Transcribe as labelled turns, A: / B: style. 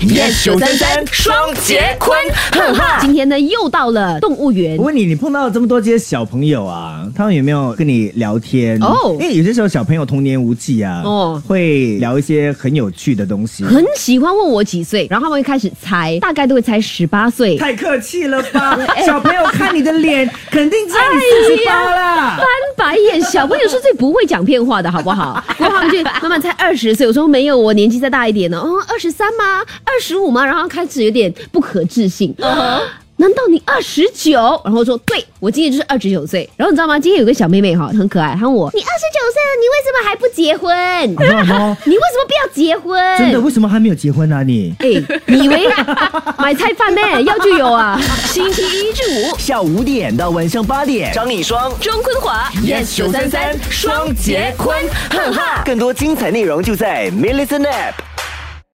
A: yes 九三三双节棍，哈哈。
B: 今天呢，又到了动物园
C: 我。问你，你碰到这么多这些小朋友啊，他们有没有跟你聊天？
B: 哦
C: 因为有些时候小朋友童言无忌啊，
B: 哦
C: 会聊一些很有趣的东西。
B: 很喜欢问我几岁，然后他们会开始猜，大概都会猜十八岁。
C: 太客气了 吧，
B: 哎
C: 小朋友看你的脸，肯定知道你四十八啦
B: 翻。白眼，小朋友是最不会讲骗话的，好不 好？然后他们就慢慢才二十岁，我说没有，我年纪再大一点呢。哦，二十三吗？二十五吗？然后开始有点不可置信。难道你二十九？然后我说对，我今年就是二十九岁。然后你知道吗？今天有个小妹妹哈，很可爱，她问我：你二十九岁了，你为什么还不结婚？
C: 哦
B: 你为什么不要结婚？
C: 真的，为什么还没有结婚啊你？
B: 哎、你以为买菜饭呢？要就有啊！星期一至五
D: 下午五点到晚上八点，
A: 张一双
B: 中坤华
A: yes 九三三双节棍，哈哈。
D: 更多精彩内容就在 m i l l i c e n App。